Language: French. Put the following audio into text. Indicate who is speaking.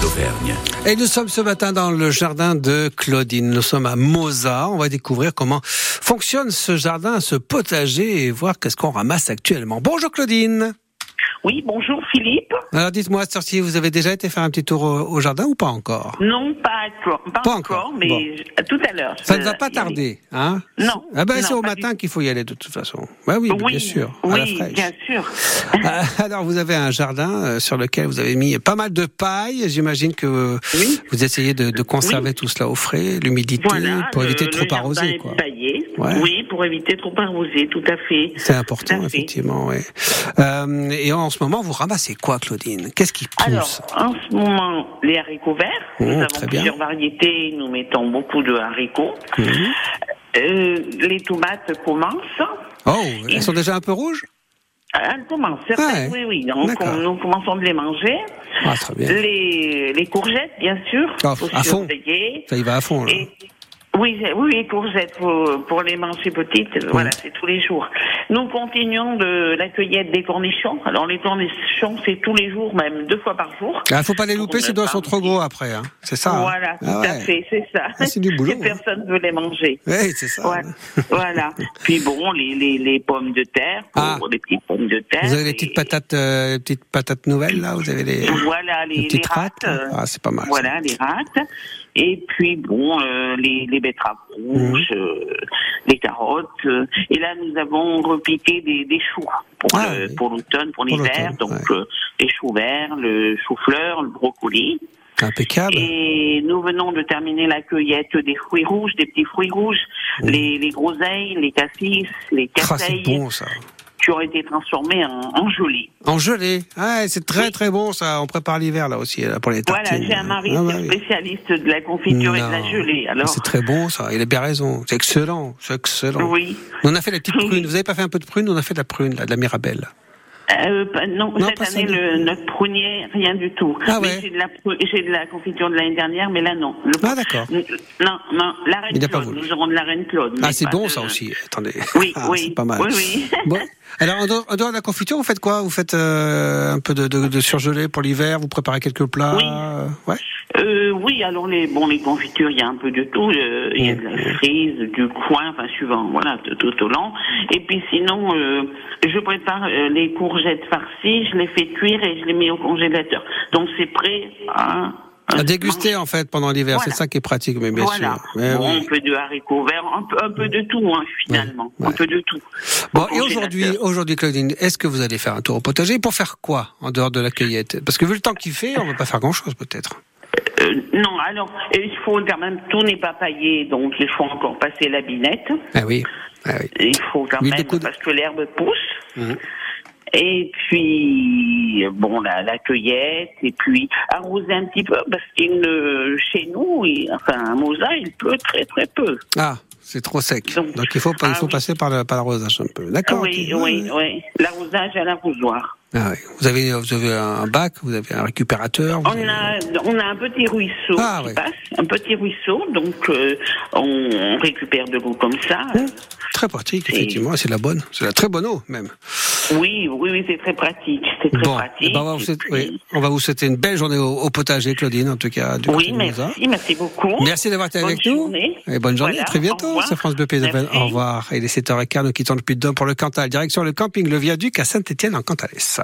Speaker 1: d'Auvergne.
Speaker 2: Et nous sommes ce matin dans le jardin de Claudine. Nous sommes à Mozart. On va découvrir comment fonctionne ce jardin, ce potager et voir qu'est-ce qu'on ramasse actuellement. Bonjour Claudine.
Speaker 3: Oui, bonjour Philippe.
Speaker 2: Alors dites-moi, sorcier, vous avez déjà été faire un petit tour au, au jardin ou pas encore
Speaker 3: Non, pas encore, pas
Speaker 2: Pas
Speaker 3: encore,
Speaker 2: encore,
Speaker 3: mais
Speaker 2: bon.
Speaker 3: je- à tout à l'heure.
Speaker 2: Ça ne
Speaker 3: Euh,
Speaker 2: va pas
Speaker 3: il y a-
Speaker 2: tarder, hein
Speaker 3: Non,
Speaker 2: Ah ben
Speaker 3: non,
Speaker 2: c'est au
Speaker 3: pas du
Speaker 2: matin qu'il faut y aller de toute façon. Bah oui, bien sûr, à la
Speaker 3: oui,
Speaker 2: fraîche.
Speaker 3: bien sûr.
Speaker 2: Ah, Alors, vous avez un jardin euh, sur lequel vous avez mis pas mal de paille. J'imagine que euh,
Speaker 3: Oui.
Speaker 2: vous essayez de, de conserver tout cela au frais, l'humidité,
Speaker 3: Voilà,
Speaker 2: pour
Speaker 3: le-
Speaker 2: éviter de
Speaker 3: le
Speaker 2: trop
Speaker 3: jardin
Speaker 2: arroser.
Speaker 3: est
Speaker 2: quoi.
Speaker 3: paillé.
Speaker 2: Ouais.
Speaker 3: Oui, pour éviter de trop arroser, tout à fait.
Speaker 2: C'est important,
Speaker 3: Tout à fait.
Speaker 2: effectivement. ouais. Euh, et en ce moment, vous ramassez quoi, Claudine Qu'est-ce qui pousse
Speaker 3: Alors, en ce moment, les haricots verts.
Speaker 2: Mmh,
Speaker 3: nous
Speaker 2: très
Speaker 3: avons
Speaker 2: bien.
Speaker 3: plusieurs variétés. Nous mettons beaucoup de haricots.
Speaker 2: Mhm.
Speaker 3: Euh, les tomates commencent.
Speaker 2: Oh, elles sont déjà un peu rouges
Speaker 3: Elles commencent, certaines,
Speaker 2: Ah Ouais.
Speaker 3: oui, oui. Donc,
Speaker 2: D'accord.
Speaker 3: on- nous commençons de les manger.
Speaker 2: Ah, très bien.
Speaker 3: Les, les courgettes, bien sûr.
Speaker 2: Ah,
Speaker 3: faut
Speaker 2: à fond.
Speaker 3: surveiller.
Speaker 2: Ça y va à fond, là.
Speaker 3: Et- oui, j'ai- oui, les courgettes pour, pour les manger petites, voilà, c'est tous les jours. Nous continuons de la cueillette des cornichons. Alors les cornichons, c'est tous les jours, même deux fois par jour.
Speaker 2: Il Ah, faut pas les louper,
Speaker 3: Pour ne
Speaker 2: sinon elles
Speaker 3: pas
Speaker 2: sont trop
Speaker 3: oublier.
Speaker 2: gros après. hein. C'est ça hein
Speaker 3: Voilà, tout
Speaker 2: Ah
Speaker 3: à
Speaker 2: ouais.
Speaker 3: fait, c'est ça.
Speaker 2: Ah, c'est du boulot,
Speaker 3: Et
Speaker 2: hein.
Speaker 3: personne ne veut les manger.
Speaker 2: Ouais, c'est ça. hein.
Speaker 3: Voilà. voilà. Puis bon, les, les, les pommes de terre, pour
Speaker 2: Ah.
Speaker 3: les petites pommes de terre.
Speaker 2: Vous avez les
Speaker 3: et-
Speaker 2: petites patates, euh, les petites patates nouvelles, là Vous avez les,
Speaker 3: Voilà,
Speaker 2: les
Speaker 3: les, les
Speaker 2: petites
Speaker 3: rates.
Speaker 2: rates là Ah, c'est pas mal. ça.
Speaker 3: Voilà, les rates. Et puis, bon, euh, les, les betteraves rouges,
Speaker 2: Mhm.
Speaker 3: euh, les carottes. euh, et là, nous avons repiqué des, des choux pour
Speaker 2: Ah,
Speaker 3: le-
Speaker 2: oui.
Speaker 3: pour l'automne, pour l'hiver.
Speaker 2: l'automne,
Speaker 3: Donc, euh, les choux verts, le chou-fleur, le brocoli.
Speaker 2: Impeccable.
Speaker 3: Et nous venons de terminer la cueillette des fruits rouges, des petits fruits rouges, les, les groseilles, les cassis, les
Speaker 2: Mhm. Ah, c'est
Speaker 3: casseilles,
Speaker 2: bon ça.
Speaker 3: qui ont été transformés en, en gelée.
Speaker 2: En gelée. Ah, c'est très
Speaker 3: Oui.
Speaker 2: très bon ça. On prépare l'hiver là aussi là, pour les tartines.
Speaker 3: Voilà, j'ai un mari
Speaker 2: Ah,
Speaker 3: qui
Speaker 2: bah
Speaker 3: est
Speaker 2: oui.
Speaker 3: spécialiste de la confiture et de la
Speaker 2: Non.
Speaker 3: gelée.
Speaker 2: Mais
Speaker 3: Alors,
Speaker 2: C'est très bon ça. Il a bien raison. C'est excellent. C'est excellent.
Speaker 3: oui.
Speaker 2: On a fait la petite
Speaker 3: Oui.
Speaker 2: prune. Vous avez pas fait un peu de prune On a fait de la prune, là, de la mirabelle.
Speaker 3: Euh, pas- non,
Speaker 2: Non,
Speaker 3: cette
Speaker 2: pas
Speaker 3: année,
Speaker 2: ça.
Speaker 3: le, notre prunier, rien du tout.
Speaker 2: Ah
Speaker 3: Mais
Speaker 2: ouais.
Speaker 3: J'ai de, la pru- j'ai de la confiture de l'année dernière, mais là, non. Le-
Speaker 2: Ah, d'accord.
Speaker 3: Non, non, la reine
Speaker 2: Il a pas
Speaker 3: Claude.
Speaker 2: voulu.
Speaker 3: Nous aurons de la reine Claude.
Speaker 2: Ah,
Speaker 3: mais
Speaker 2: c'est
Speaker 3: pas
Speaker 2: bon
Speaker 3: de-
Speaker 2: ça aussi. Attendez.
Speaker 3: Oui,
Speaker 2: Ah,
Speaker 3: oui.
Speaker 2: C'est pas mal.
Speaker 3: Oui, oui.
Speaker 2: Bon. Alors, en dehors, en dehors de la confiture, vous faites quoi Vous faites euh, un peu de, de, de surgelé pour l'hiver Vous préparez quelques plats
Speaker 3: Oui.
Speaker 2: euh, Ouais.
Speaker 3: Euh, oui, alors, les, bon, les confitures, il y a un peu de tout. euh, Il y a de la
Speaker 2: Mm.
Speaker 3: cerise, du coin, enfin, suivant, voilà, t- tout, au long. Et puis, sinon, euh, je prépare euh, les courgettes farcies, je les fais cuire et je les mets au congélateur. Donc, c'est prêt à...
Speaker 2: À déguster en fait pendant l'hiver.
Speaker 3: Voilà.
Speaker 2: C'est ça qui est pratique, mais bien
Speaker 3: voilà.
Speaker 2: sûr. Mais
Speaker 3: bon,
Speaker 2: oui.
Speaker 3: Un peu de haricots verts, un peu, un peu de tout, hein, finalement.
Speaker 2: Ouais, ouais.
Speaker 3: Un peu de tout.
Speaker 2: Bon,
Speaker 3: Au
Speaker 2: et aujourd'hui,
Speaker 3: congélateur.
Speaker 2: aujourd'hui, Claudine, est-ce que vous allez faire un tour au potager pour faire quoi en dehors de la cueillette Parce que vu le temps qu'il fait, on va pas faire grand-chose peut-être.
Speaker 3: Euh, non, alors, il faut quand même, tout n'est pas paillé, donc il faut encore passer la binette.
Speaker 2: Ah oui, ah oui.
Speaker 3: Il faut quand
Speaker 2: Oui,
Speaker 3: même,
Speaker 2: des coudes.
Speaker 3: parce que l'herbe pousse.
Speaker 2: Mhm.
Speaker 3: Et puis, euh, bon, la, la cueillette, et puis arroser un petit peu, parce qu'il ne, chez nous, il- enfin, à Mosa, il pleut très très peu.
Speaker 2: Ah, c'est trop sec. Donc,
Speaker 3: Donc-
Speaker 2: il faut, pas- il
Speaker 3: Ah
Speaker 2: faut
Speaker 3: oui.
Speaker 2: passer par, le- par l'arrosage un peu. D'accord.
Speaker 3: oui,
Speaker 2: ok.
Speaker 3: oui, oui. L'arrosage à l'arrosoir.
Speaker 2: Ah oui. Vous avez, vous avez un bac, vous avez un récupérateur. vous
Speaker 3: On
Speaker 2: avez-
Speaker 3: a, on a un petit ruisseau
Speaker 2: Ah,
Speaker 3: qui
Speaker 2: oui.
Speaker 3: passe, un petit ruisseau, donc euh, on, on récupère de l'eau comme ça.
Speaker 2: Hein Très pratique,
Speaker 3: Et-
Speaker 2: effectivement. et C'est la bonne, c'est la très bonne eau même.
Speaker 3: Oui, oui, oui, c'est très pratique, c'est très
Speaker 2: bon, eh
Speaker 3: pratique.
Speaker 2: ben, on, va vous
Speaker 3: Et
Speaker 2: souhaiter,
Speaker 3: puis-
Speaker 2: oui, on va vous souhaiter une belle journée au, au potager, Claudine, en tout cas. Du côté
Speaker 3: Oui,
Speaker 2: de Mosa.
Speaker 3: merci, merci beaucoup.
Speaker 2: Merci d'avoir été
Speaker 3: Bonne
Speaker 2: avec
Speaker 3: journée.
Speaker 2: nous. Et bonne journée.
Speaker 3: Voilà,
Speaker 2: à très
Speaker 3: au
Speaker 2: bientôt.
Speaker 3: revoir.
Speaker 2: C'est France Bleu Pays d'Auvergne.
Speaker 3: Merci.
Speaker 2: Au revoir. Et les 7h15, nous quittons le Puy-de-Dôme pour le Cantal. Direction le camping Le Viaduc à Saint-Étienne en Cantalès.